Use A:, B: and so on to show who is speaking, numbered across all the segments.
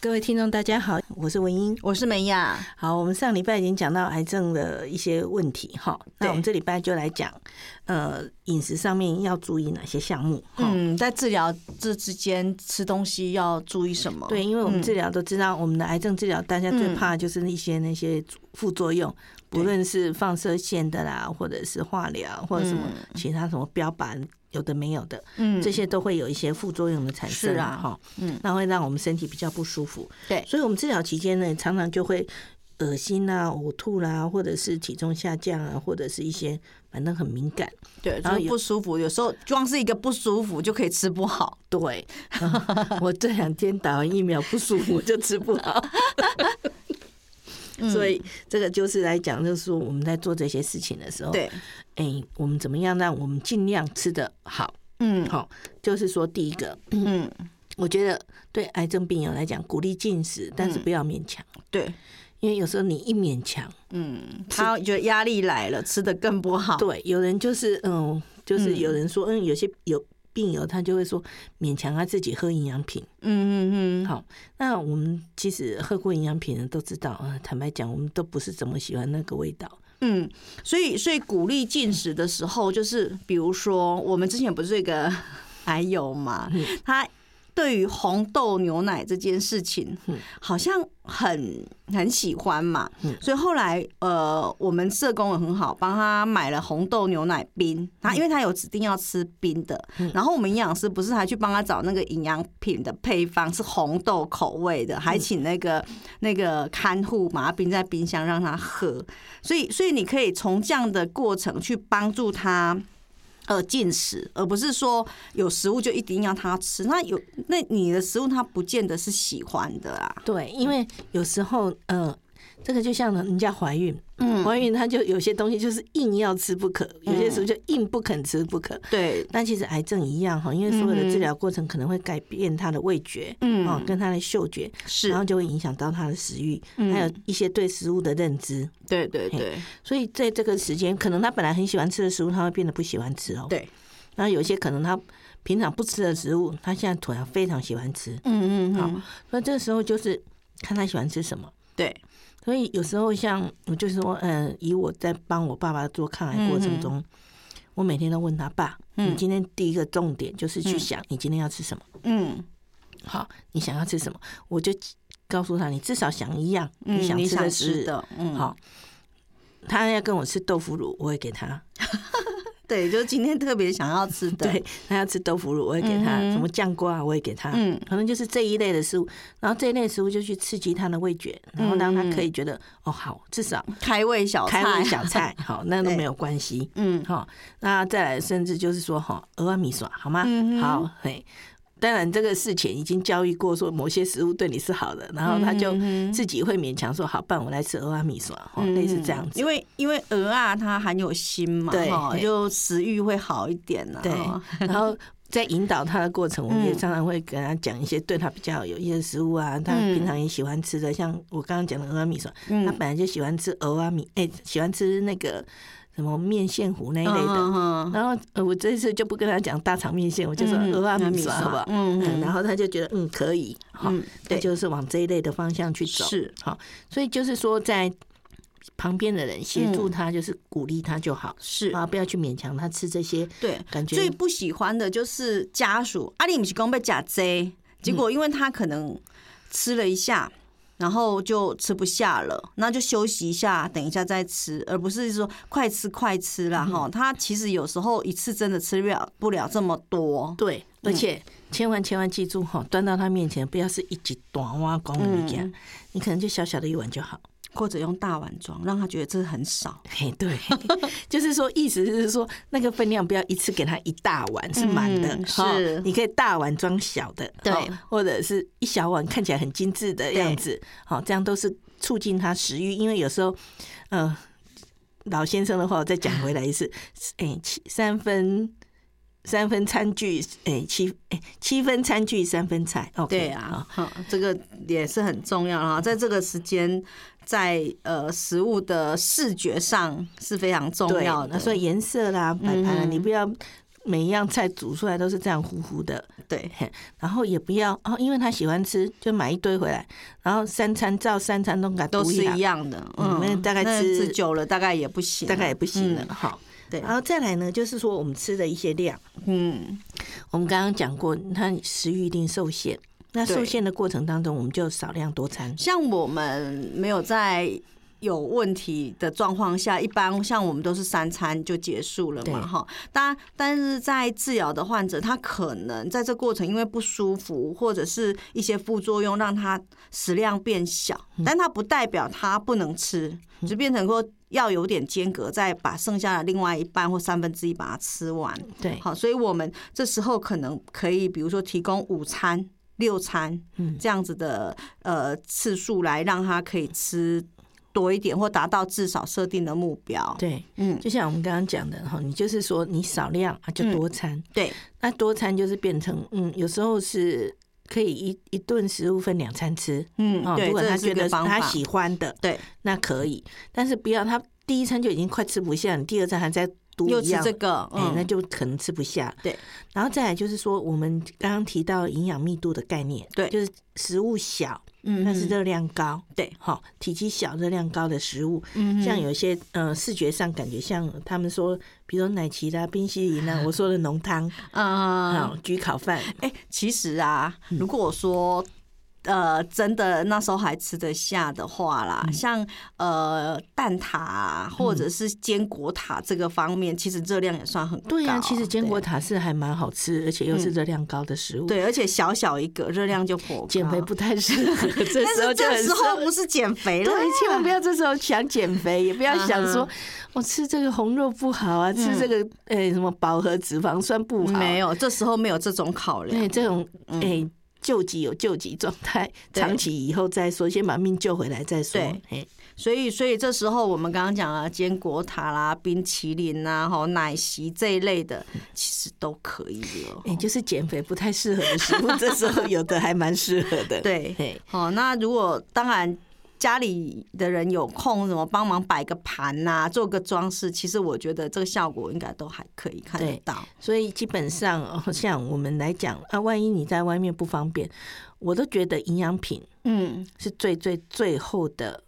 A: 各位听众大家好，我是文英。
B: 我是美雅。
A: 好，我们上礼拜已经讲到癌症的一些问题哈，那
B: 对
A: 我们这礼拜就来讲，呃，饮食上面要注意哪些项目哈。
B: 嗯，在治疗这之间吃东西要注意什么？
A: 对，因为我们
B: 嗯
A: 治疗都知道，我们的癌症治疗大家最
B: 嗯
A: 怕就是一些那些副作用，不论是放射线的啦，或者是化疗，或者什么
B: 嗯
A: 其他什么标靶，有的没有的，
B: 嗯
A: 这些都会有一些副作用的产生
B: 是啊
A: 哈，
B: 嗯
A: 那会让我们身体比较不舒服。
B: 对
A: 所以我们治疗期间呢，常常就会恶心啊、呕吐啦、或者是体重下降啊，或者是一些反正很敏 感。
B: 对，
A: 然
B: 然
A: 后
B: 后
A: 有
B: 不舒服，有时候光是一个不舒服就可以吃不好。
A: 对，我这两天打完疫苗不舒服，我就吃不 好。
B: 嗯
A: 所以这个就是来讲，就是说我们在做这些事情的时候，，
B: 对，
A: 哎、我们怎么样让我们尽量吃的好？
B: 嗯
A: 好、就是说第一个，
B: 嗯，
A: 我觉得对癌症病友来讲，鼓励进食，但
B: 嗯
A: 是不要勉强，
B: 对，
A: 因为有时候你一勉强，
B: 嗯，他觉得压力来了，吃的更不好。
A: 对，有人就是嗯，就是
B: 嗯
A: 有人说，嗯，有些有病友他就会说勉强他自己喝营养品。
B: 嗯嗯嗯，
A: 好那我们其实喝过营养品的都知道，啊，坦白讲，我们都不是怎么喜欢那个味道。
B: 嗯，所以所以鼓励进食的时候，就是比如说我们之前不是有一个 癌友嘛，
A: 嗯
B: 他对于红豆牛奶这件事情
A: 嗯，
B: 好像很很喜欢嘛
A: 嗯，
B: 所以后来呃，我们社工也很好，帮他买了红豆牛奶冰，
A: 嗯
B: 他因为他有指定要吃冰的，然后我们营养师不是还去帮他找那个营养品的配方是红豆口味的，
A: 嗯
B: 还请那个那个看护把它冰在冰箱让他喝，所以，所以你可以从这样的过程去帮助他。呃，进食，而不是说有食物就一定要他吃。那有，那你的食物他不见得是喜欢的啦。
A: 对，因为有时候，呃，这个就像人家怀孕，
B: 嗯，
A: 怀孕他就有些东西就是硬要吃不可，有些时候就硬不肯吃不可。
B: 对，
A: 那其实癌症一样哈，因为所有的治疗过程可能会改变他的味觉，
B: 嗯
A: 哦，跟他的嗅觉，
B: 是
A: 然，后就会影响到他的食欲，
B: 嗯
A: 还有一些对食物的认知。
B: 对对对
A: 所以在这个时间，可能他本来很喜欢吃的食物，他会变得不喜欢吃哦。
B: 对，
A: 然后有些可能他平常不吃的食物，他现在突然非常喜欢吃，
B: 嗯嗯，好，
A: 所以这个时候就是看他喜欢吃什么。
B: 对，
A: 所以有时候像我就说，嗯、以我在帮我爸爸做抗癌过程中，我每天都问他爸，
B: 嗯
A: 你今天第一个重点就是去
B: 嗯
A: 想你今天要吃什么，
B: 嗯
A: 好，你想要吃什么，我就告诉他，你至少想一样
B: 嗯，
A: 想
B: 你
A: 吃
B: 想
A: 的
B: 吃
A: 食物。
B: 的，嗯，，
A: 好，他要跟我吃豆腐乳，我会给他。
B: 对，就是今天特别想要吃 的，
A: 对，他要吃豆腐乳，我会给他、
B: 嗯哼
A: 什么酱瓜，我也给他，
B: 嗯
A: 可能就是这一类的食物。然后这一类食物就去刺激他的味觉，然后让他可以觉得、哦，好，至少
B: 开胃小嗯哦菜，
A: 开胃小，菜，好，那都
B: 对
A: 没有关系。
B: 嗯
A: 好、那再来，甚至就是说，哈、鹅啊米耍，好吗？
B: 嗯哼
A: 好，嘿。当然，这个事前已经教育过，说某些食物对你是好的，然后他就
B: 嗯哼嗯
A: 自己会勉强说：“好，不然我来吃鹅啊米耍。”哈，类似这样子。
B: 因为因为鹅啊，它含有锌嘛，
A: 对
B: 哈就食欲会好一点呢、啊。
A: 对
B: 哈，
A: 然后在引导他的过程，我们也
B: 嗯
A: 常常会跟他讲一些对他比较有益的食物啊，他
B: 嗯
A: 平常也喜欢吃的，像我刚刚讲的鹅阿米说，他
B: 嗯
A: 本来就喜欢吃鹅阿米，哎，喜欢吃那个什么面线糊那一类的。
B: 嗯嗯
A: 然后呃我这次就不跟他讲大肠面线，我就说
B: 嗯
A: 鹅阿米
B: 嗯
A: 耍好不好？
B: 嗯
A: 嗯，
B: 嗯
A: 然后他就觉得嗯可以，好，
B: 嗯
A: 那
B: 对
A: 就是往这一类的方向去走，
B: 是
A: 好，所以就是说在旁边的人协助
B: 嗯
A: 他，就是鼓励他就好，
B: 是
A: 啊，不要去勉强他吃这些，
B: 对，
A: 感觉
B: 最不喜欢的就是家属，阿里姆是刚被假 Z，结果因为他可能吃了一下。然后就吃不下了，那就休息一下，等一下再吃，而不是说快吃快吃啦哈。他其实有时候一次真的吃不了不了这么多，
A: 对，而且千万千万记住哈，端到他面前不要是一级短蛙光的物件，你可能就小小的一碗就好。
B: 或者用大碗装，让他觉得这很少。
A: 嘿，对， 就是说，意思是说，那个分量不要一次给他一大碗是满的，
B: 嗯
A: 哈
B: 是
A: 你可以大碗装小的，
B: 对
A: 哈或者是一小碗看起来很精致的样子，好，这样都是促进他食欲，因为有时候，呃，老先生的话，我再讲回来一次，哎，七三分。三分餐具，哎、七哎、七分餐具，三分菜。OK，
B: 对啊，，哈这个也是很重要
A: 嗯
B: 啊，在这个时间，在呃食物的视觉上是非常重
A: 对
B: 要的，
A: 所以颜色啦、摆盘啦，
B: 嗯
A: 你不要每一样菜煮出来都是这样糊糊的，
B: 对
A: 嘿然后也不要哦，因为他喜欢吃，就买一堆回来，然后三餐照三餐都给他
B: 都
A: 煮
B: 是
A: 样
B: 一，样的，
A: 嗯
B: 嗯，
A: 那大概
B: 那
A: 吃
B: 吃久了大概也不行，
A: 大概也不行了
B: 嗯
A: 哈。
B: 对，
A: 然后再来呢，就是说我们吃的一些量，
B: 嗯，
A: 我们刚刚讲过，他食欲一定受限。那
B: 对
A: 受限的过程当中，我们就少量多餐。
B: 像我们没有在有问题的状况下，一般像我们都是三餐就结束了
A: 对
B: 嘛，哈。但但是在治疗的患者，他可能在这过程因为不舒服或者是一些副作用，让他食量变小，但他不代表他不能吃，就变成说要有点间隔，再把剩下的另外一半或三分之一把它吃完。
A: 对，
B: 好，所以我们这时候可能可以，比如说提供午餐、六餐
A: 嗯
B: 这样子的呃次数，来让他可以吃多一点，或达到至少设定的目标。，
A: 对，
B: 嗯，
A: 就像我们刚刚讲的哈，你就是说你少量啊，就多餐。
B: 对，
A: 那多餐就是变成，嗯，有时候是可以一一顿食物分两餐吃，
B: 嗯，
A: 哦，
B: 对，
A: 如果
B: 这
A: 他
B: 是一
A: 觉
B: 个
A: 得
B: 方
A: 他
B: 法
A: 喜欢的，
B: 对，
A: 那可以，但是不要他第一餐就已经快吃不下，你第二餐还在读
B: 又
A: 一
B: 吃
A: 样，
B: 这个，
A: 哎，那
B: 嗯，
A: 就可能吃不下。
B: 对，
A: 然后再来就是说，我们刚刚提到营养密度的概念，
B: 对
A: 就是食物小，
B: 嗯，
A: 但是
B: 这
A: 热量高，
B: 对，
A: 好、体积小、热量高的食物，
B: 嗯
A: 像有一些呃，视觉上感觉像他们说，比如奶昔啦、冰淇 淋啦，我说的浓汤，
B: 啊
A: 啊，，焗烤饭，
B: 哎、其实啊，
A: 嗯
B: 如果我说。呃，真的那时候还吃得下的话
A: 嗯
B: 啦，像呃蛋挞、啊、或者是坚果塔这个方面，其实热量也算很高。
A: 对呀、啊其实坚
B: 对啊
A: 果塔是还蛮好吃，而且又是
B: 嗯
A: 热量高的食物，
B: 对，而且小小一个，热量就颇高。
A: 减肥，不太适 合，这
B: 但
A: 时候就
B: 是这
A: 很
B: 时
A: 适合。
B: 候不是减肥嗯了，
A: 对，千万不要这时候想减肥，也不要想说
B: 嗯
A: 我吃这个红肉不好啊，吃这个呃、什么饱和脂肪酸不好，
B: 没，有，这时候没有这种考量
A: 对。这种哎、救急有救急状态，
B: 对
A: 长期以后再说，先把命救回来再说。
B: 对
A: 嘿，
B: 所以，所以这时候我们刚刚讲啊，坚果塔啦、冰淇淋啊、吼奶昔这一类的，其实都可以了。
A: 哎、就是减肥不太适合的食物，这时候有的还蛮适合的。
B: 对
A: 嘿，
B: 哦，那如果当然家里的人有空，怎么帮忙摆个盘呐、做个装饰，其实我觉得这个效果应该都还可以看得
A: 对
B: 到。
A: 所以基本上，哦像我们来讲啊，万一你在外面不方便，我都觉得营养品
B: 嗯，
A: 是最最最后的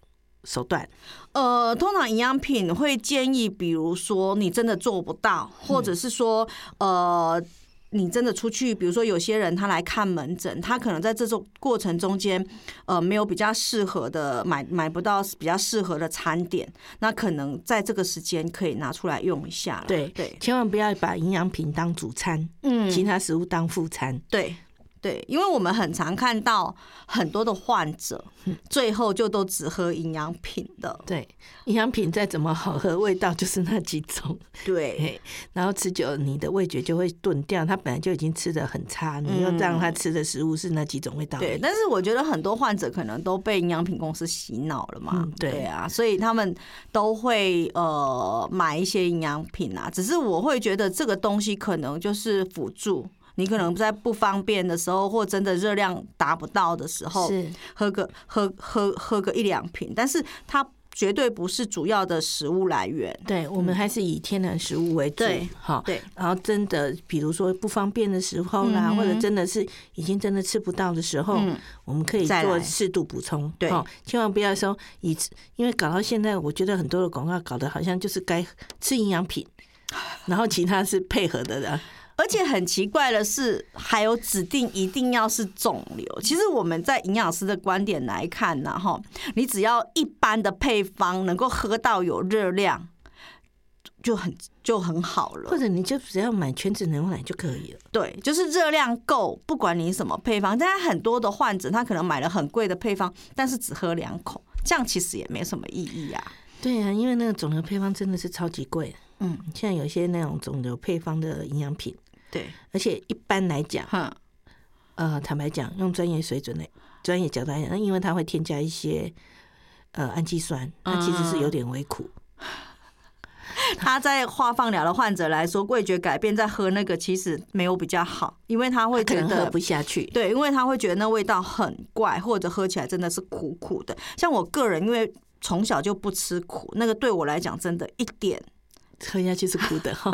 A: 手段。
B: 呃，通常营养品会建议，比如说你真的做不到，或者是说，呃。你真的出去，比如说有些人他来看门诊，他可能在这种过程中间，呃，没有比较适合的买买不到比较适合的餐点，那可能在这个时间可以拿出来用一下啦。
A: 对
B: 对，
A: 千万不要把营养品当主餐，
B: 嗯
A: 其他食物当副餐。
B: 对对，因为我们很常看到很多的患者，
A: 嗯
B: 最后就都只喝营养品 的。
A: 对，营养品再怎么好喝，味道就是那几种。
B: 对，
A: 嘿，然后吃久了，你的味觉就会钝掉。他本来就已经吃的很差，你又让他吃的食物是那几种味道而已。
B: 嗯对，但是我觉得很多患者可能都被营养品公司洗脑了嘛，
A: 嗯对
B: 啊，所以他们都会呃买一些营养品啊，只是我会觉得这个东西可能就是辅助。你可能在不方便的时候，或真的热量达不到的时候，
A: 是
B: 喝个喝喝喝个一两瓶，但是它绝对不是主要的食物来源。
A: 对，我们还是以天然食物为主
B: 嗯对，
A: 好。
B: 对，
A: 然后真的，比如说不方便的时候啦，
B: 嗯哼
A: 或者真的是已经真的吃不到的时候，
B: 嗯
A: 我们可以
B: 再来
A: 做适度补充。
B: 对
A: 哦，千万不要说以吃，因为搞到现在，我觉得很多的广告搞得好像就是该吃营养 品，然后其他是配合的啦。
B: 而且很奇怪的是，还有指定一定要是肿瘤。其实我们在营养师的观点来看呢，哈，你只要一般的配方能够喝到有热量，就很就很好
A: 或
B: 了。
A: 者你就只要买全脂牛奶就可以了。
B: 对，就是热量够，不管你什么配方。但很多的患者他可能买了很贵的配方，但是只喝两口，这样其实也没什么意义啊。
A: 对啊，因为那个肿瘤配方真的是超级贵。
B: 嗯，
A: 现在有一些那种肿瘤配方的营养品，
B: 对，
A: 而且一般来讲，
B: 哼，
A: 呃，坦白讲，用专业水准来专业角度来讲，那因为它会添加一些呃氨基酸，它其实是有点微苦。
B: 他在化放疗的患者来说，味觉改变在喝那个其实没有比较好，因为他会
A: 可
B: 觉
A: 能喝
B: 得
A: 不下去，
B: 对，因为他会觉得那味道很怪，或者喝起来真的是苦苦的。像我个人，因为从小就不吃苦，那个对我来讲真的一点
A: 喝下去是苦的哈。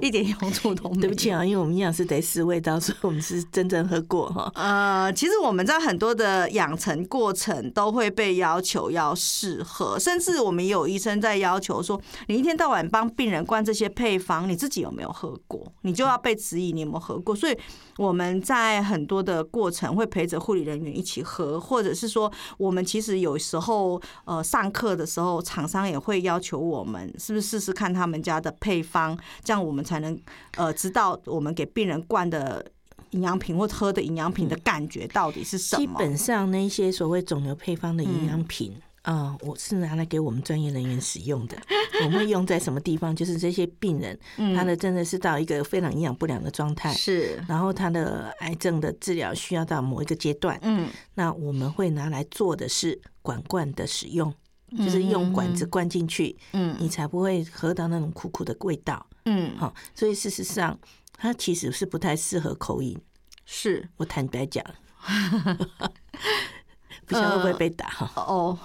B: 一点用处都没有。
A: 对不起啊，因为我们营养师得试味道，所以我们是真正喝过哈。
B: 呃，其实我们在很多的养成过程都会被要求要适合，甚至我们也有医生在要求说，你一天到晚帮病人灌这些配方，你自己有没有喝过？你就要被质疑你有没有喝过。所以我们在很多的过程会陪着护理人员一起喝，或者是说，我们其实有时候呃上课的时候，厂商也会要求我们是不是试试看他们家的配方，这样我们才能呃知道我们给病人灌的营养品或喝的营养品的感觉到底是什
A: 嗯基
B: 么。
A: 本上那些所谓肿瘤配方的营养品啊、我是拿来给我们专业人员使用的。我们会用在什么地方？就是这些病人，
B: 嗯
A: 他的真的是到一个非常营养不良的状态，
B: 是，
A: 然后他的癌症的治疗需要到某一个阶段，
B: 嗯，
A: 那我们会拿来做的是管罐的使用，就是用管子灌进去，
B: 嗯
A: 你才不会喝到那种苦苦的味道。
B: 嗯，
A: 好、所以事实上，它其实是不太适合口饮。
B: 是
A: 我坦白 讲，不知道会
B: 嗯
A: 不会被打哈。
B: 哦。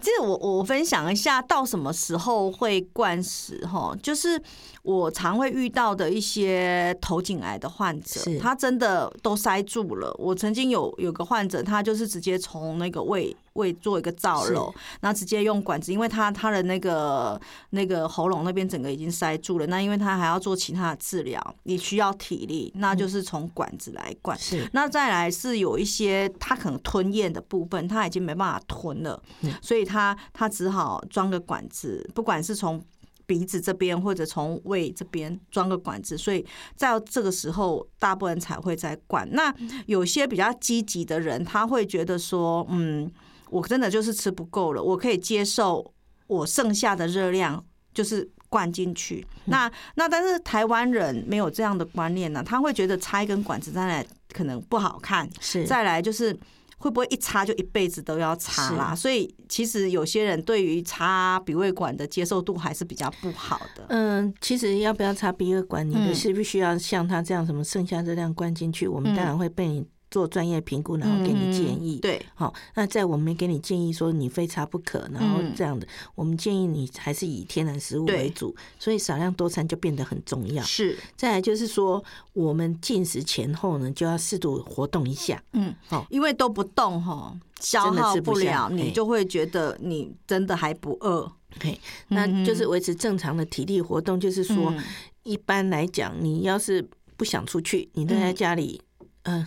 B: 这我我分享一下，到什么时候会灌食哈？就是我常会遇到的一些头颈癌的患者
A: 是，
B: 他真的都塞住了。我曾经有有个患者，他就是直接从那个胃胃做一个造瘘，那直接用管子，因为他他的那个那个喉咙那边整个已经塞住了，那因为他还要做其他的治疗，也需要体力，那就是从管子来灌。
A: 是
B: 那再来是有一些他可能吞咽的部分，他已经没办法吞了，所以他他只好装个管子，不管是从鼻子这边或者从胃这边装个管子，所以在这个时候大部分才会在灌。那有些比较积极的人，他会觉得说，嗯，我真的就是吃不够了，我可以接受我剩下的热量就是。灌进去，那
A: 嗯
B: 那但是台湾人没有这样的观念呢、他会觉得插一根管子在那可能不好看，
A: 是，
B: 再来就是会不会一插就一辈子都要插啦？所以其实有些人对于插鼻胃管的接受度还是比较不好的。
A: 嗯，其实要不要插鼻胃管，你
B: 嗯
A: 的是必须要像他这样什么剩下热量灌进去，我们当然会被你做专业评估，然后给你建议。
B: 嗯对，
A: 好，那在我们给你建议说你非插不可，然后
B: 嗯
A: 这样的，我们建议你还是以天然食物
B: 对
A: 为主，所以少量多餐就变得很重要。
B: 是，
A: 再来就是说，我们进食前后呢，就要适度活动一下。
B: 嗯
A: 好，
B: 因为都不动吼，消
A: 真的
B: 耗
A: 吃不
B: 不
A: 下
B: 了，
A: 嘿
B: 你就会觉得你真的还不饿。
A: 嘿，那就是维持正常的体力活动。就是说，
B: 嗯
A: 一般来讲，你要是不想出去，你待在
B: 嗯
A: 家里，呃，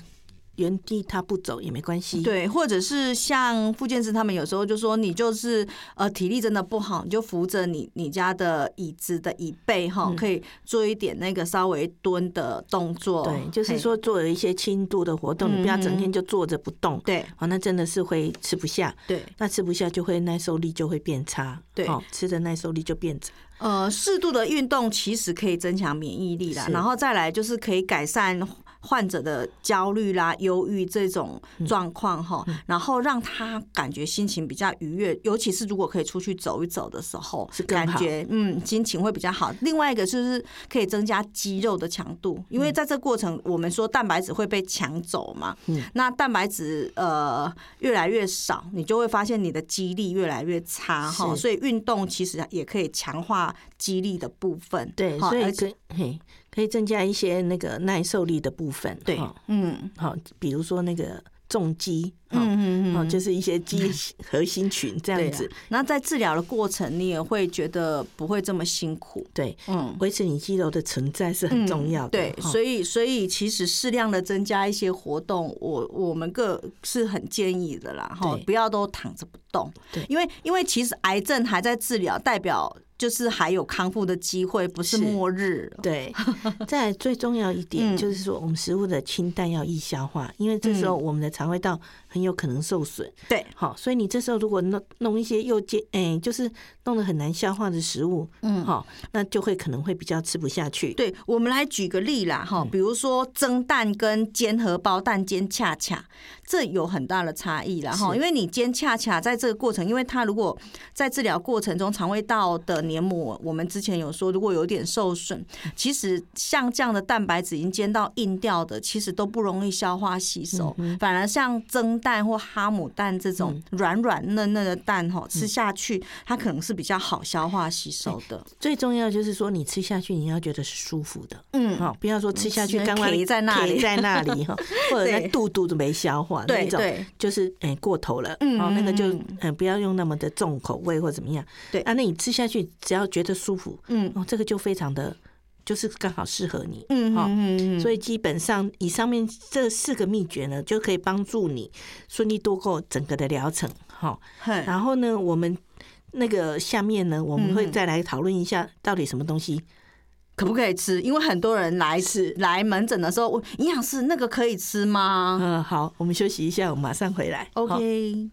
A: 原地踏步走也没关系。，
B: 对，或者是像傅建师他们有时候就说，你就是呃体力真的不好，你就扶着你你家的椅子的椅背哈，
A: 嗯
B: 可以做一点那个稍微蹲的动作。
A: 对，就是
B: 哦嘿，嗯
A: 说做一些轻度的活动，你不要整天就坐着不动。
B: 对
A: 哦，那真的是会吃不下，
B: 对。
A: 那吃不下就会耐受力就会变差，
B: 对
A: 哦，吃的耐受力就变差，
B: 呃，适度的运动其实可以增强免疫力啦，
A: 是
B: 然后再来就是可以改善患者的焦虑啦、忧郁这种
A: 嗯
B: 状况哈，然后让他感觉心情比较愉悦，尤其是如果可以出去走一走的时候，
A: 是更
B: 感
A: 好
B: 觉嗯心情会比较好。另外一个就是可以增加肌肉的强度，
A: 嗯
B: 因为在这过程我们说蛋白质会被抢走嘛，那蛋白质呃越来越少，你就会发现你的肌力越来越差哈，
A: 是
B: 所以运动其实也可以强化肌力的部分。
A: 对，
B: 哈
A: 所以
B: 而
A: 可
B: 且
A: 以嘿可以增加一些那个耐受力的部分，
B: 对
A: 哦，
B: 嗯
A: 好、比如说那个重击，哦、
B: 嗯嗯
A: 哦，
B: 嗯，
A: 就是一些肌核心群这
B: 对
A: 样
B: 啊
A: 子，。
B: 那在治疗的过程，你也会觉得不会这么辛苦。
A: 对，
B: 嗯。
A: 维持你肌肉的存在是很重要的。
B: 对，
A: 哈
B: 所以所以其实适量的增加一些活动，我我们个是很建议的啦，哈
A: 对，
B: 不要都躺着不动，
A: 对
B: 因为因为其实癌症还在治疗，代表就是还有康复的机会，不是
A: 是
B: 末日。
A: 对，再来最重要一点
B: 嗯
A: 就是说，我们食物的清淡要易消化，因为这时候我们的肠胃道很有可能受损。
B: 对，
A: 好，所以你这时候如果弄弄一些又煎，哎、就是弄得很难消化的食物，
B: 嗯
A: 好，那就会可能会比较吃不下去。
B: 对，我们来举个例啦，
A: 嗯
B: 哈，比如说蒸蛋跟煎荷包蛋煎恰恰，这有很大的差异啦，哈，
A: 是
B: 因为你煎恰恰在这个过程，因为它如果在治疗过程中肠胃道的黏膜，我们之前有说，如果有点受损，
A: 嗯
B: 其实像这样的蛋白质已经煎到硬掉的，其实都不容易消化吸收，
A: 嗯
B: 反而像蒸蛋或哈姆蛋这种软软嫩嫩的蛋，哈，吃下去它可能是比较好消化吸收的，
A: 最重要就是说，你吃下去你要觉得是舒服的，
B: 嗯
A: 好，不要说吃下去
B: 嗯
A: 干完
B: 卡在那里
A: 卡在那里哈，或者那
B: 对
A: 肚肚都没消化那
B: 对
A: 种。
B: 对。
A: 就是哎、过头了，
B: 嗯
A: 哦，那个就
B: 嗯
A: 嗯、不要用那么的重口味或怎么样，
B: 对
A: 啊，那你吃下去只要觉得舒服，
B: 嗯
A: 哦，这个就非常的，就是刚好适合你，
B: 嗯
A: 好
B: 嗯嗯，
A: 所
B: 以
A: 以基本上以上面这四个秘诀呢，就可以帮助你顺利度过整个的疗程，好、然后呢，我们那个下面呢，我们会
B: 嗯
A: 再来讨论一下到底什么东西
B: 可不可以吃？因为很多人来吃来门诊的时候，我营养师那个可以吃吗
A: 嗯，好，我们休息一下，我们马上回来。好
B: ？OK，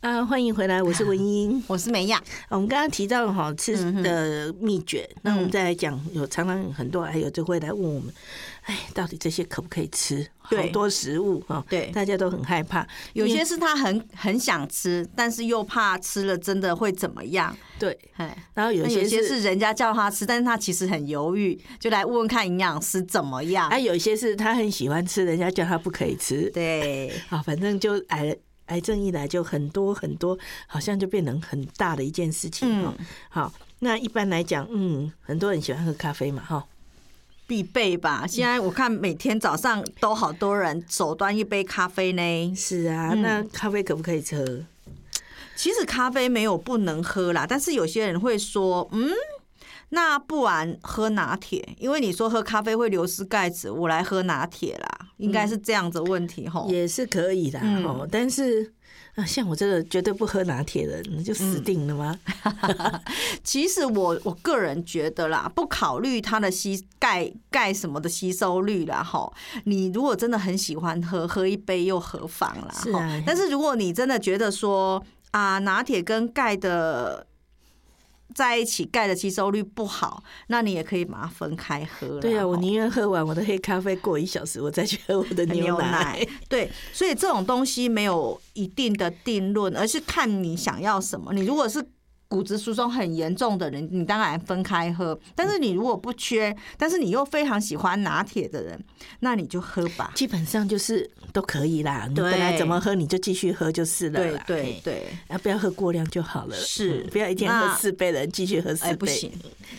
A: 啊，欢迎回来，我是文 英。
B: 我是美亚，
A: 我们刚刚提到了哈吃
B: 嗯哼
A: 的秘诀，那我们再来讲，有常常有很多还有就会来问我们，哎，到底这些可不可以吃？好
B: 对
A: 多食物哈，
B: 对
A: 大家都很害怕，
B: 有
A: 因
B: 些
A: 为
B: 是他很很想吃，但是又怕吃了真的会怎么样。
A: 对，
B: 哎，
A: 然后有
B: 那有
A: 些
B: 些
A: 是。
B: 是人家叫他吃，但是他其实很犹豫，就来问问看营养师怎么样
A: 啊，。有些是他很喜欢吃，人家叫他不可以吃。
B: 对，
A: 啊，反正就癌癌症一来就很多很多，好像就变成很大的一件事情哈、好，那一般来讲，嗯，很多人喜欢喝咖啡嘛，哈，
B: 必备吧。现在我看每天早上都好多人手端一杯咖啡呢。
A: 是啊，
B: 嗯
A: 那咖啡可不可以喝？
B: 其实咖啡没有不能喝啦，但是有些人会说，嗯，那不然喝拿铁，因为你说喝咖啡会流失钙质，我来喝拿铁啦，应该是这样子问题吼。
A: 也是可以的
B: 哦嗯
A: 哦，但是。啊，像我这个绝对不喝拿铁的，你就死定了吗？
B: 嗯其实我我个人觉得啦，不考虑它的吸钙钙什么的吸收率啦，吼，你如果真的很喜欢喝，喝一杯又何妨啦？
A: 是啊
B: 吼但是如果你真的觉得说啊，拿铁跟钙的在一起钙的吸收率不好，那你也可以把它分开喝啦。
A: 对呀、啊，我
B: 吼
A: 宁愿喝完我的黑咖啡过一小时，我再去喝我的牛
B: 牛
A: 奶。
B: 奶 对，所以这种东西没有一定的定论，而是看你想要什么。你如果是骨质疏松很严重的人，你当然分开喝；但是你如果不缺，但是你又非常喜欢拿铁的人，那你就喝吧。
A: 基本上就是都可以啦，你
B: 对
A: 本来怎么喝你就继续喝就是了
B: 对
A: 啦。
B: 对对，
A: 啊，不要喝过量就好了。
B: 是
A: 嗯不要一天喝
B: 那
A: 四杯的人继续喝四
B: 哎
A: 杯。
B: 不行，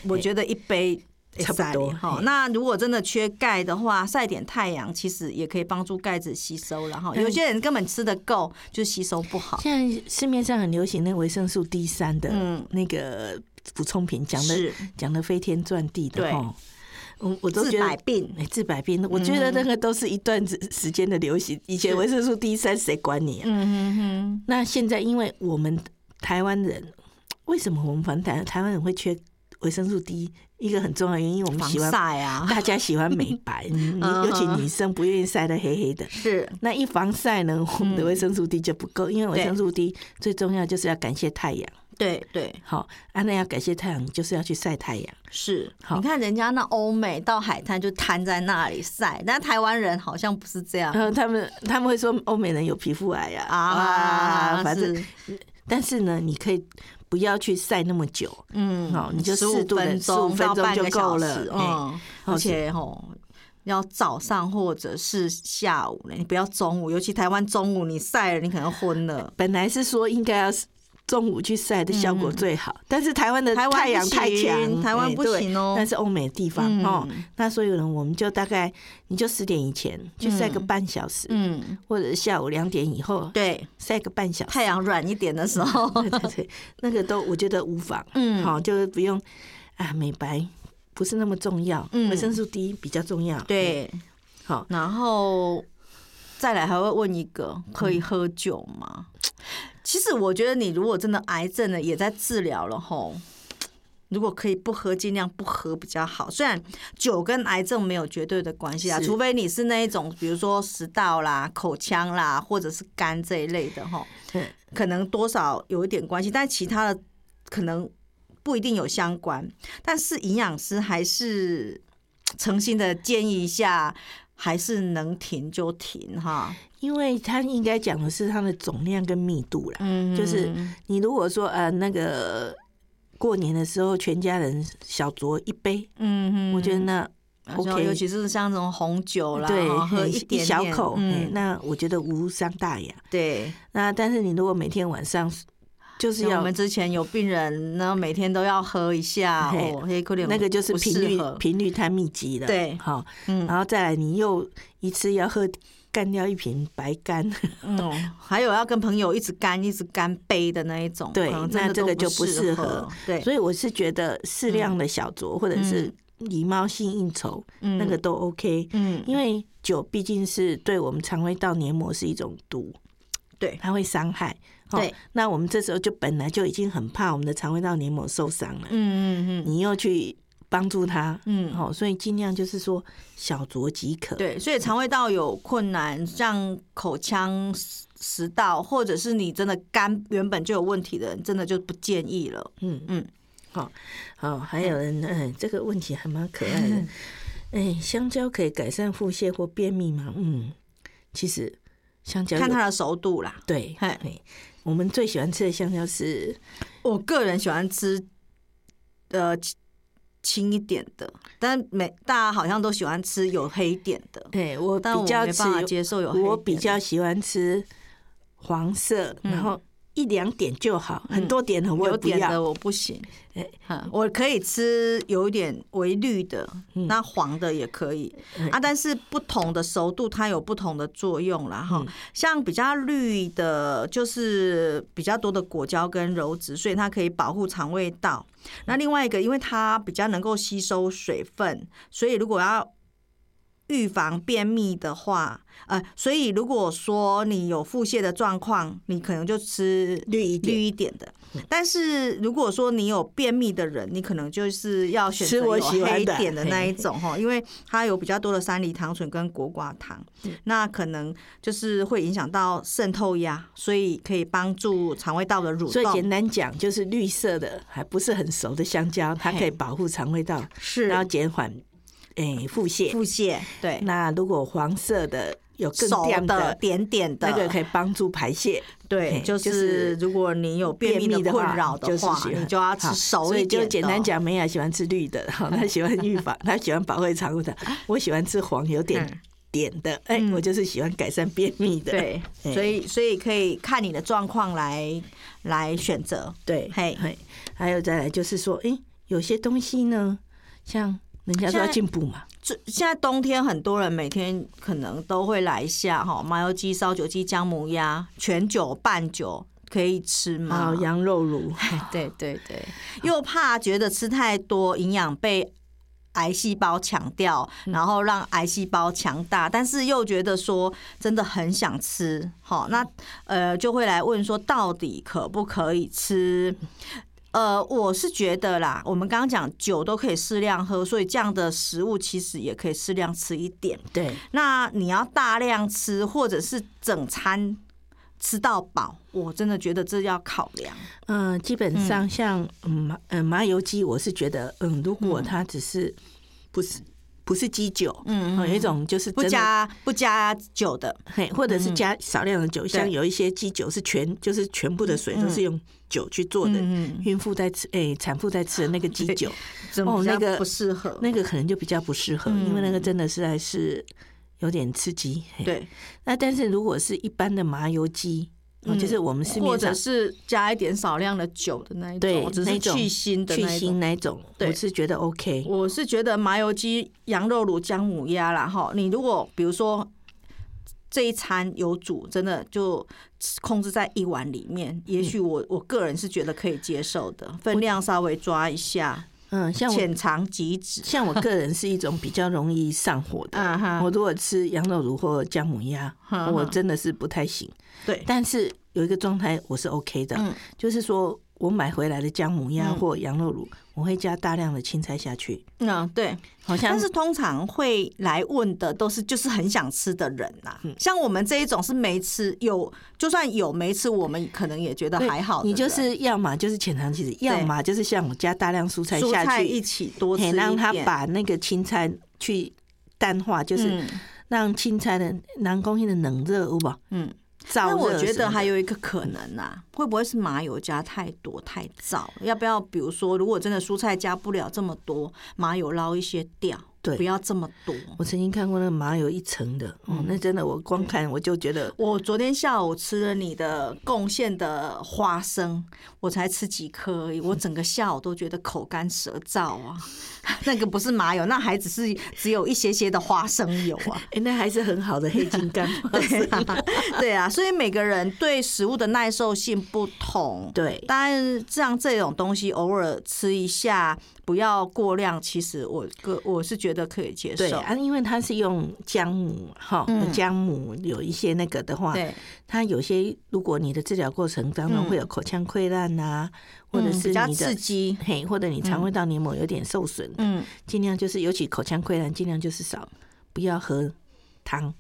B: 我觉得一杯。
A: 差不多
B: 哈
A: 嘿。
B: 那如果真的缺钙的话，晒点太阳其实也可以帮助钙质吸收了哈。
A: 嗯
B: 有些人根本吃得够，就吸收不好。
A: 现在市面上很流行那维生素 D 三的
B: 嗯
A: 那个补充品，讲的
B: 是
A: 讲的飞天转地的
B: 对
A: 哈。我我都
B: 治
A: 觉得
B: 百嗯病，
A: 哎，治百病，我觉得那个都是一段时时间的流行。以前维生素 D 三谁管你啊？
B: 嗯哼哼，
A: 那现在因为我们台湾人，为什么我们反台台湾人会缺维生素 D？一个很重要的原因，我们
B: 防
A: 喜欢
B: 晒啊，
A: 大家喜欢美 白，嗯
B: 嗯
A: 尤其女生不愿意晒得黑黑的。
B: 是嗯
A: 那一防晒呢，我们的维生素 D 就不够，因为维
B: 对
A: 生素 D 最重要就是要感谢太阳。
B: 对对
A: 好，啊，那要感谢太阳，你就是要去晒太阳。
B: 是
A: 好。
B: 你看人家那欧美到海滩就瘫在那里晒，但台湾人好像不是这样
A: 然后呃他们他们会说欧美人有皮肤癌呀啊，反正
B: 是
A: 但是呢，你可以不要去晒那么久，
B: 嗯
A: 哦你就
B: 十五
A: 适度地
B: 分
A: 15
B: 钟
A: 分
B: 到
A: 钟
B: 半
A: 就
B: 个
A: 够
B: 小
A: 了
B: 时，
A: 哎
B: 嗯，
A: 哦
B: 而且吼。要早上或者是下午呢，你不要中午，尤其台湾中午你晒了，你可能昏了。
A: 本来是说应该要中午去晒的效果最好，但是台湾的
B: 嗯台湾不
A: 太阳太强，
B: 行台湾
A: 哎
B: 不
A: 对
B: 行哦
A: 但是欧美地方、
B: 嗯
A: 哦，那所以呢，我们就大概你就十点以前去晒个半小时，
B: 嗯，
A: 或者下午两点以后
B: 对，
A: 晒个半小时。
B: 太阳软一点的时 候，
A: 对对对，那个都我觉得无妨，
B: 嗯
A: 好、就是不用啊，美白不是那么重要，
B: 嗯
A: 维生素 D 比较重要，，嗯
B: 对，
A: 好、
B: 然后再来还会问一个，可以喝酒吗？
A: 嗯
B: 其实我觉得你如果真的癌症了，也在治疗了吼。如果可以不喝，尽量不喝比较好。虽然酒跟癌症没有绝对的关系啊，
A: 是
B: 除非你是那一种，比如说食道啦、口腔啦，或者是肝这一类的吼，
A: 对
B: 可能多少有一点关系，但其他的可能不一定有相关。但是营养师还是诚心的建议一下，还是能停就停哈。
A: 因为它应该讲的是它的总量跟密度啦。
B: 嗯
A: 就是你如果说呃那个过年的时候全家人小酌一杯，
B: 嗯
A: 我觉得那
B: 然后
A: OK，
B: 尤其是像这种红酒啦，
A: 对，
B: 哈喝
A: 嘿
B: 一
A: 一
B: 点
A: 小
B: 点
A: 口，嘿
B: 嗯，
A: 那我觉得无伤大雅。
B: 对。
A: 那但是你如果每天晚上就是
B: 像我
A: 要
B: 们之前有病人，然后每天都要喝一下，
A: 嘿
B: 哦，黑可
A: 那个就是频率频率太密集了，
B: 对
A: 好，
B: 嗯
A: 然后再来你又一次要喝干掉一瓶白干，
B: 嗯，还有要跟朋友一直干一直干杯的那一种，
A: 对
B: 可能真
A: 那
B: 的
A: 这
B: 都
A: 个就不适
B: 合
A: 合，
B: 对，
A: 所以我是觉得适量的小酌或者是礼貌性应酬，
B: 嗯
A: 那个都 OK，
B: 嗯，
A: 因为酒毕竟是对我们肠胃道黏膜是一种毒，
B: 对
A: 它会伤害。哦
B: 对，
A: 那我们这时候就本来就已经很怕我们的肠胃道黏膜受伤了，
B: 嗯嗯嗯
A: 你又去帮助它，
B: 嗯
A: 好、所以尽量就是说小酌即可。，
B: 对，所以肠胃道有困难，像口腔、食食道，或者是你真的肝原本就有问题的人，真的就不建议了。
A: 嗯
B: 嗯，
A: 好、好、还有人，哎，这个问题还蛮可爱 的，哎，香蕉可以改善腹泻或便秘吗？嗯，其实香蕉有
B: 看它的熟度啦。
A: 对，
B: 嘿
A: 哎，我们最喜欢吃的香蕉是
B: 我个人喜欢吃，呃，轻轻一点的，但每大家好像都喜欢吃有黑点的，
A: 对我
B: 但我
A: 比较
B: 没
A: 吃
B: 办法接受有黑点的。嗯
A: 我比较喜欢吃黄色，然后一两点就好，很多点我也
B: 有
A: 不
B: 点的
A: 要。
B: 我不行
A: 哎，
B: 嗯我可以吃有一点微绿的，那黄的也可以啊，但是不同的熟度它有不同的作用啦哈。像比较绿的，就是比较多的果胶跟鞣质，所以它可以保护肠胃道。那另外一个，因为它比较能够吸收水分，所以如果要预防便秘的话，呃，所以如果说你有腹泻的状况，你可能就吃
A: 绿一点
B: 绿一点的。但是如果说你有便秘的人，你可能就是要选
A: 吃
B: 择
A: 我
B: 有
A: 喜欢
B: 黑一
A: 的
B: 点的那一种 哈，因为它有比较多的山梨糖醇跟果寡糖，
A: 嗯
B: 那可能就是会影响到渗透压，所以可以帮助肠胃道的蠕
A: 所以简
B: 动。
A: 单讲，就是绿色的还不是很熟的香蕉，它可以保护肠胃道，
B: 是
A: 然后减缓诶腹泻。
B: 腹泻，对，
A: 那如果黄色的有更
B: 熟
A: 亮
B: 的
A: 的，
B: 点点的
A: 那个可以帮助排泄。
B: 对，
A: 嘿
B: 就
A: 就是
B: 是如果你有便秘的困扰
A: 的
B: 话，
A: 就是喜欢
B: 你就要
A: 好
B: 吃熟
A: 所
B: 一
A: 以
B: 点
A: 就
B: 的
A: 简单，讲，美雅喜欢吃绿的， 好，她喜欢预 防，她喜欢保卫肠胃的。我喜欢吃黄有点
C: 嗯
A: 点的，哎、
B: 嗯
A: 我就是喜欢改善便秘的。哎 嘿
B: 对，所以所以可以看你的状况来来选择。
A: 对，
B: 嘿
A: 嘿，还有再来就是说，哎、有些东西呢，像人家说要
B: 现在
A: 进步嘛，
B: 这现在冬天很多人每天可能都会来一下哈，麻油鸡、烧酒鸡、姜母鸭、全酒、半酒可以吃
A: 啊、
B: 吗？
A: 羊肉炉，
B: 对对对，又怕觉得吃太多，营养被癌细胞抢掉，然后让癌细胞强大，但是又觉得说真的很想吃，好，那呃就会来问说到底可不可以吃？呃，我是觉得啦，我们刚刚讲酒都可以适量喝，所以这样的食物其实也可以适量吃一点。
A: 对，
B: 那你要大量吃，或者是整餐吃到饱，我真的觉得这要考量。
A: 嗯、基本上像嗯麻嗯麻油鸡，我是觉得嗯，如果它只是不是不是鸡酒，
B: 嗯
A: 嗯，有一种就是
B: 不
A: 真的
B: 加不加酒的，
A: 嘿，或者是加少量的酒，像
B: 对
A: 有一些鸡酒是全就是全部的水都是用酒去做的，
B: 嗯
A: 孕妇在吃诶、产妇在吃的那个鸡 酒，
B: 怎
A: 哦
B: 么
A: 那个
B: 不适合？
A: 那个可能就比较不适合，
B: 嗯
A: 因为那个真的实在是有点刺激。嘿，
B: 对，
A: 那但是如果是一般的麻油鸡，哦就是我们市
B: 或
A: 面上
B: 者是加一点少量的酒的那一
A: 对
B: 种，只
A: 那
B: 是
A: 种
B: 去腥的
A: 去
B: 那一
A: 腥
B: 种。
A: 那一种，
B: 对
A: 我是觉得 OK。
B: 我是觉得麻油鸡、羊肉卤、姜母鸭啦，哈，你如果比如说这一餐有煮，真的就控制在一碗里面，也许
A: 嗯
B: 我我个人是觉得可以接受的，分量稍微抓一下，
A: 嗯，像我
B: 浅尝即止。
A: 像我个人是一种比较容易上火的，
B: 啊哈
A: 我如果吃羊肉炉或姜母鸭，
B: 哈
A: 我
B: 哈
A: 真的是不太行。
B: 对
A: 但是有一个状态我是 OK 的，
B: 嗯
A: 就是说我买回来的姜母鸭
B: 嗯
A: 或羊肉炉，我会加大量的青菜下去，
B: 嗯，对，
A: 好像
B: 但是通常会来问的都是就是很想吃的人呐、
A: 嗯
B: 像我们这一种是没吃，有就算有没吃，我们可能也觉得
A: 对
B: 还好的人。
A: 你就是要么就是浅尝即止，要么就是像我加大量蔬菜
B: 蔬
A: 下
B: 菜一
A: 去，
B: 起多吃一
A: 嘿
B: 点，
A: 让它把那个青菜去淡化，就是
B: 嗯
A: 让青菜的南宫性的冷热，无吧，
B: 嗯。
A: 燥热。
B: 那我觉得还。有一个可能啊，会不会是麻油加太多太燥？要不要比如说，如果真的蔬菜加不了这么多，麻油捞一些掉，
A: 对
B: 不要这么多。
A: 我曾经看过那个麻油一层的，哦，
B: 嗯
A: 那真的我光看我就觉得
B: 我昨天下午吃了你的贡献的花生，我才吃几颗而已，我整个下午都觉得口干舌燥啊。 那个不是麻油，那还只是只有一些些的花生油 啊。
A: 哎、那还是很好的黑金 刚。
B: 对啊，对啊，所以每个人对食物的耐受性不同。
A: 对
B: 当然，像这种东西偶尔吃一下，不要过量，其实我个我是觉得可以接
A: 对
B: 受。
A: 啊，因为它是用姜母哈
B: 嗯，
A: 姜母有一些那个的话，
B: 对，
A: 它有些如果你的治疗过程当中会有口腔溃烂呐，或者
B: 嗯
A: 是
B: 比较
A: 你
B: 刺
A: 的。
B: 激。
A: 嘿，或者你肠胃道黏膜有点受损，
B: 嗯，
A: 尽量就是，尤其口腔溃烂，尽量就是少，不要喝汤，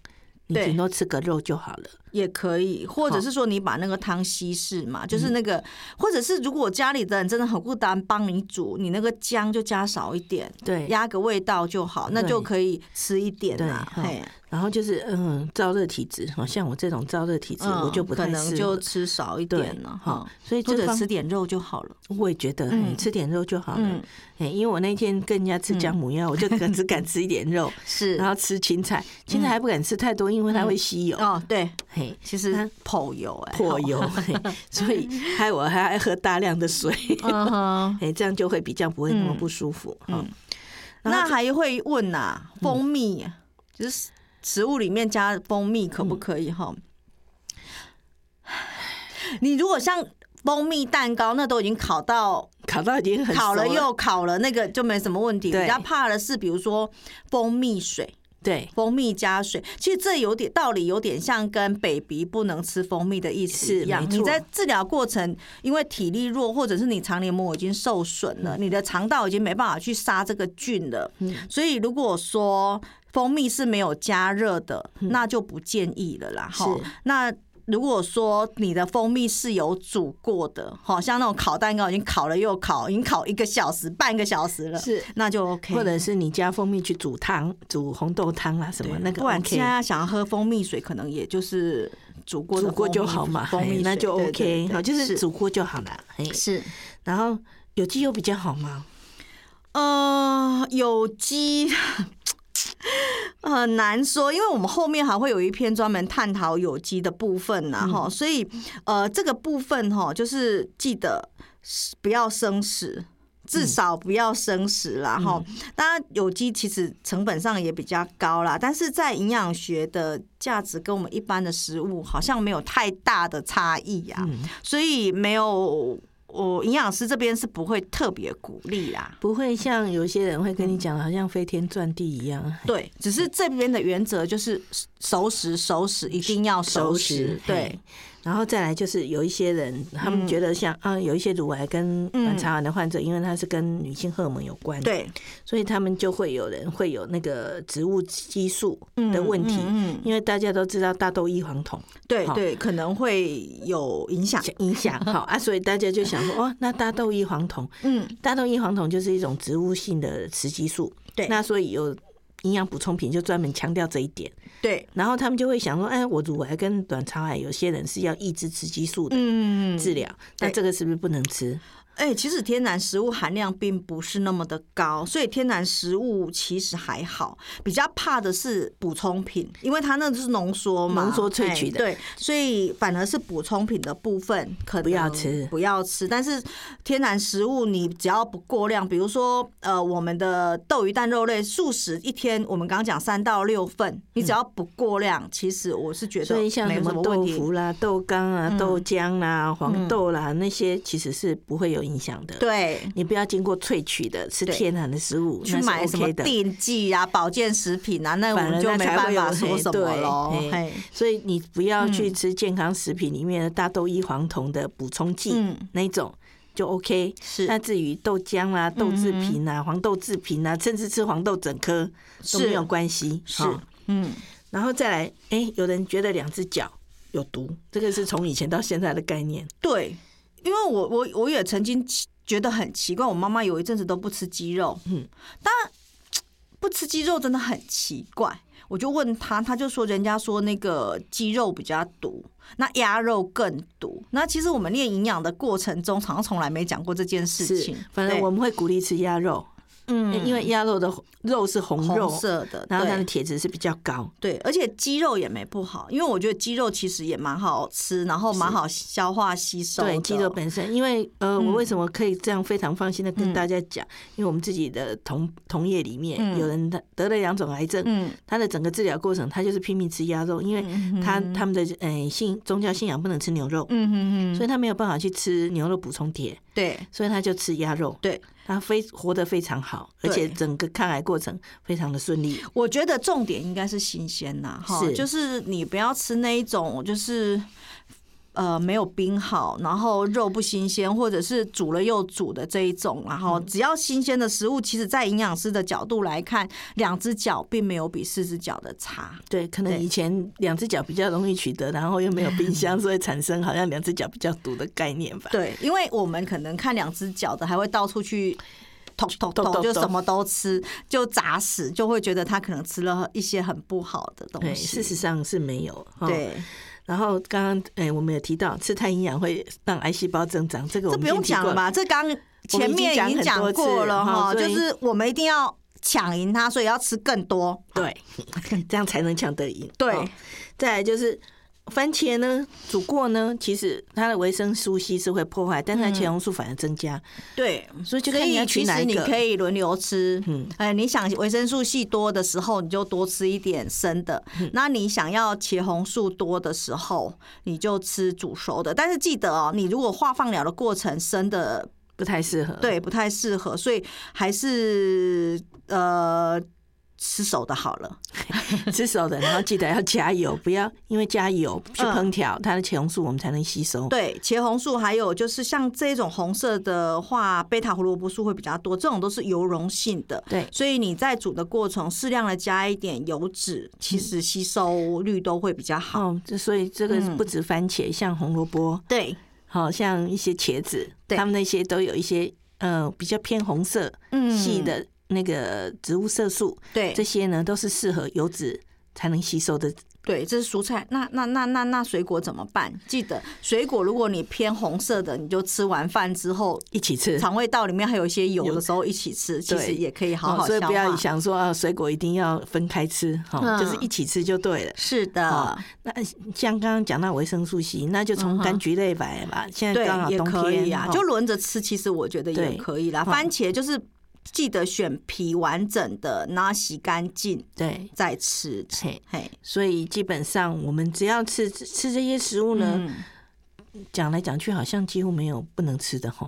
A: 你
B: 对
A: 顶多吃个肉就好了。
B: 也可以，或者是说你把那个汤稀释
A: 嗯
B: 嘛，就是那个，或者是如果家里的人真的很孤单，帮你煮，你那个姜就加少一点，
A: 对，
B: 压个味道就好，那
A: 对
B: 就可以吃一点啦。
A: 对
B: 嘿，
A: 然后就是嗯，燥热体质，好像我这种燥热体质，
B: 嗯
A: 我就不
B: 可
A: 太
B: 能
A: 适
B: 就
A: 合。
B: 吃少一
A: 对
B: 点了，哈
A: 哈，，所以
B: 或
A: 这
B: 者
A: 方
B: 吃点肉就好了。
A: 我也觉得，哎
B: 嗯
A: 嘿吃点肉就好了。
B: 嗯，
A: 欸，因为我那天跟人家吃姜母鸭，我就敢只敢吃一点 肉，
B: 是
A: 然后吃青菜，青菜还不敢吃太多，因为它会吸油，
B: 哦，对，
A: 嘿，
B: 其实
A: 它
B: 颇油哎，
A: 破 油，嘿所以还我还爱喝大量的水，
B: 嗯哼。
A: 哎，这样就会比较不会那么不舒服。嗯，然后嗯
B: 那还会问呐，蜂蜜就是食物里面加蜂蜜可不可以哈？ 你如果像蜂蜜蛋糕，那都已经烤到
A: 烤到已经很熟
B: 烤了
A: 了
B: 又烤了，那个就没什么问题。
A: 对
B: 比较怕的是，比如说蜂蜜水，
A: 对，
B: 蜂蜜加水，其实这有点道理，有点像跟 baby 不能吃蜂蜜的意思
A: 是
B: 一样
A: 没。错
B: 你在治疗过程，因为体力弱，或者是你肠黏膜已经受损了，
A: 嗯
B: 你的肠道已经没办法去杀这个菌了。所以如果说蜂蜜是没有加热的，那就不建议了啦。哈
A: 嗯是，
B: 那。如果说你的蜂蜜是有煮过的，好像那种烤蛋糕已经烤了又烤，已经烤一个小时、半个小时了，
A: 是
B: 那就 OK。
A: 或者是你加蜂蜜去煮汤，煮红豆汤啊什么那个
B: 不然
A: OK，
B: 现在想要喝蜂蜜水，可能也就是煮过的
A: 煮过
B: 蜂
A: 就
B: 蜜
A: 好嘛，
B: 蜂蜜
A: 哎
B: 水
A: 那就
B: 对
A: OK，
B: 对对
A: 好就是
B: 是
A: 煮过就好了。嘿
B: 是
A: 然后有机油比较好吗？
B: 呃有机。很难说，因为我们后面还会有一篇专门探讨有机的部分呐，哈、所以呃，这个部分哈，就是记得不要生食，至少不要生食啦，哈、当然，有机其实成本上也比较高啦，但是在营养学的价值跟我们一般的食物好像没有太大的差异啊，所以没有我营养师这边是不会特别鼓励啦。
A: 不会像有些人会跟你讲，好像飞天转地一样。
B: 对，只是这边的原则就是熟食，熟食一定要熟食
A: 食。
B: 对
A: 嘿，然后再来就是有一些人，他
B: 嗯
A: 们觉得像啊、有一些乳癌跟卵巢癌的患者，因为它是跟女性荷尔蒙有关，，
B: 对，
A: 所以他们就会有人会有那个植物激素的问题，
B: 嗯嗯嗯
A: 因为大家都知道大豆异黄酮
B: 对
A: 好
B: 对，可能会有影响。
A: 影响，好啊，所以大家就想说，哦，那大豆异黄酮，
B: 嗯，
A: 大豆异黄酮就是一种植物性的雌激素，
B: 对
A: 那所以有营养补充品就专门强调这一点，
B: 对，
A: 然后他们就会想说，哎，我乳癌跟卵巢癌有些人是要抑制雌激素的
B: 嗯
A: 治疗，那
B: 对
A: 这个是不是不能吃？
B: 哎、其实天然食物含量并不是那么的高，所以天然食物其实还好。比较怕的是补充品，因为它那就是浓缩嘛，
A: 浓缩萃取的
B: 哎对，所以反而是补充品的部分可能
A: 不要吃
B: 不要吃。但是天然食物你只要不过量，比如说呃，我们的豆鱼蛋肉类素食一天，我们刚刚讲三到六份，你只要不过量，其实我是觉得
A: 嗯所以像
B: 没
A: 什
B: 有什
A: 么
B: 么
A: 豆
B: 问题。
A: 腐啦、豆干啊、豆浆啦、黄豆啦那些，其实是不会有影响的。，
B: 对，
A: 你不要经过萃取的，吃
B: 对
A: 天然的食物，
B: 去
A: 那
B: 买什
A: 是
B: 么
A: OK 的。
B: 定剂啊、保健食品啊，那我
A: 反而
B: 们就
A: 那
B: 没
A: 才
B: 办
A: 会有
B: 法说什么喽。
A: 嘿对，
B: 嘿
A: 所以你不要去
B: 嗯
A: 吃健康食品里面的大豆异黄酮的补充剂、
B: 嗯
A: 那一种，就 OK。
B: 是嗯
A: 那至于豆浆啦、豆制品啊、黄豆制品啊，甚至吃黄豆整颗都
B: 是
A: 没有关系。
B: 是
A: 哈
B: 嗯，
A: 然后再来，哎，有人觉得两只脚有毒，这个是从以前到现在的概念。
B: 对，因为我我我也曾经奇觉得很奇怪，我妈妈有一阵子都不吃鸡肉，嗯，但不吃鸡肉真的很奇怪。我就问她，她就说人家说那个鸡肉比较毒，那鸭肉更毒。那其实我们练营养的过程中，好像从来没讲过这件事情。
A: 反正
B: 对
A: 我们会鼓励吃鸭肉，
B: 嗯，
A: 因为鸭肉的肉是红肉，
B: 红色的，
A: 然后它
B: 对
A: 的铁质是比较高。
B: 对，而且鸡肉也没不好，因为我觉得鸡肉其实也蛮好吃，然后蛮好消化吸收的。
A: 对，鸡肉本身，因为呃，
B: 嗯
A: 我为什么可以这样非常放心的跟大家讲？因为我们自己的同同业里面
B: 嗯
A: 有人得得了两种癌症，
B: 嗯
A: 他的整个治疗过程，他就是拼命吃鸭肉，因为他他们的呃信宗教信仰不能吃牛肉，
B: 嗯哼哼，
A: 所以他没有办法去吃牛肉补充铁，
B: 对
A: 所以他就吃鸭肉。
B: 对，
A: 他非活得非常好，而
B: 对
A: 且整个抗癌过程非常的顺利。
B: 我觉得重点应该是新鲜呐，哈，
A: 是
B: 就是你不要吃那一种就是。呃，没有冰好，然后肉不新鲜，或者是煮了又煮的这一种，然后
A: 嗯
B: 只要新鲜的食物，其实在营养师的角度来看，两只脚并没有比四只脚的差。
A: 对，可能
B: 对
A: 以前两只脚比较容易取得，然后又没有冰箱，所以产生好像两只脚比较毒的概念吧。
B: 对，因为我们可能看两只脚的，还会到处去。捅捅
A: 捅
B: 捅，就
A: 捅
B: 什么都吃，就砸死，就会觉得他可能吃了一些很不好的东
A: 对，
B: 西。
A: 事实上哎是没有。哦
B: 对，
A: 然后刚刚哎，我们有提到吃太营养会让癌细胞增长，这个我
B: 这
A: 们
B: 不用讲了
A: 了？
B: 吧？这刚前面已经讲过了哈，
A: 我们已经讲很多次了哈所
B: 就
A: 以
B: 是我们一定要抢赢它，所以要吃更多。
A: 对，这样才能抢得赢。
B: 对
A: 哦再来就是番茄呢，煮过呢，其实它的维生素 C 是会破坏，但是它茄红素反而增加，
B: 对，
A: 所以就
B: 所
A: 看你要
B: 以
A: 取
B: 其
A: 哪
B: 实
A: 一
B: 你
A: 个。
B: 可以轮流吃，
A: 嗯
B: 嗯，哎，你想维生素系多的时候，你就多吃一点生的；
A: 嗯
B: 那你想要茄红素多的时候，你就吃煮熟的。但是记得哦，你如果化放疗的过程生的
A: 不太适合。
B: 对不太适合，所以还是呃。吃熟的好了。
A: 哦吃熟的，然后记得要加油，不要因为加油去
B: 嗯
A: 烹调，它的茄红素我们才能吸收。
B: 对，茄红素还有就是像这种红色的话，贝塔胡萝卜素会比较多，这种都是油溶性的。
A: 对
B: 所以你在煮的过程适量的加一点油脂，其实吸收率都会比较好。
A: 哦，这所以这个
B: 嗯
A: 不止番茄，像红萝卜，
B: 对，
A: 好、像一些茄子，
B: 对
A: 它们那些都有一些呃比较偏红色
B: 嗯
A: 系，的那个植物色素，
B: 对
A: 这些呢都是适合油脂才能吸收的。
B: 对，这是蔬菜。那那那那那水果怎么办？记得水果，如果你偏红色的，你就吃完饭之后，
A: 一起吃，
B: 肠胃道里面还有一些油
A: 有
B: 的时候一起吃，其实
A: 对
B: 也可以好
A: 哦
B: 好
A: 所以
B: 消化。
A: 不要想说啊，水果一定要分开吃，哈、
B: 嗯
A: 就是一起吃就对了。
B: 是的
A: 哦，那像刚刚讲到维生素 C，那就从
B: 嗯哼
A: 柑橘类来吧。现在
B: 对
A: 刚好，
B: 也
A: 冬
B: 可以
A: 天
B: 啊，
A: 哦
B: 就轮着吃，其实我觉得也
A: 对
B: 可以啦。
A: 嗯
B: 番茄就是记得选皮完整的，然后洗干净
A: 对。
B: 再吃。
A: 嘿，
B: 嘿，
A: 所以基本上我们只要吃吃吃这些食物呢，
B: 嗯，
A: 讲、来讲去好像几乎没有不能吃的哈。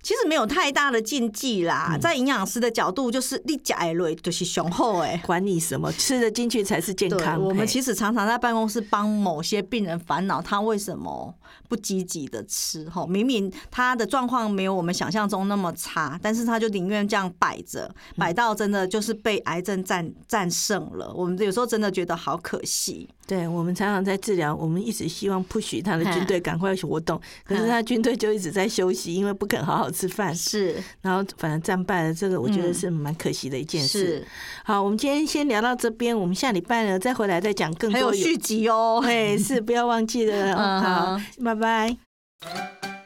B: 其实没有太大的禁忌啦，在营养师的角度，就是你加一类就是雄厚哎。
A: 管你什 么，吃得进去才是健
B: 对
A: 康。，
B: 我们
A: 嘿
B: 其实常常在办公室帮某些病人烦恼，他为什么不积极的吃？吼，明明他的状况没有我们想象中那么差，但是他就宁愿这样摆着，摆到真的就是被癌症战战胜了。我们有时候真的觉得好可惜。
A: 对我们常常在治疗，我们一直希望 push 他的
B: 嗯
A: 军队赶快活动，可是
B: 嗯
A: 他军队就一直在休息，因为不肯好好吃饭，
B: 是
A: 然后反而战败了。这个我觉得
B: 嗯
A: 是蛮可惜的一件事。
B: 是，
A: 好，我们今天先聊到这边，我们下礼拜呢再回来再讲更
B: 还
A: 多
B: 有续集哦。
A: 对，是不要忘记了。
B: 嗯
A: 好，拜拜。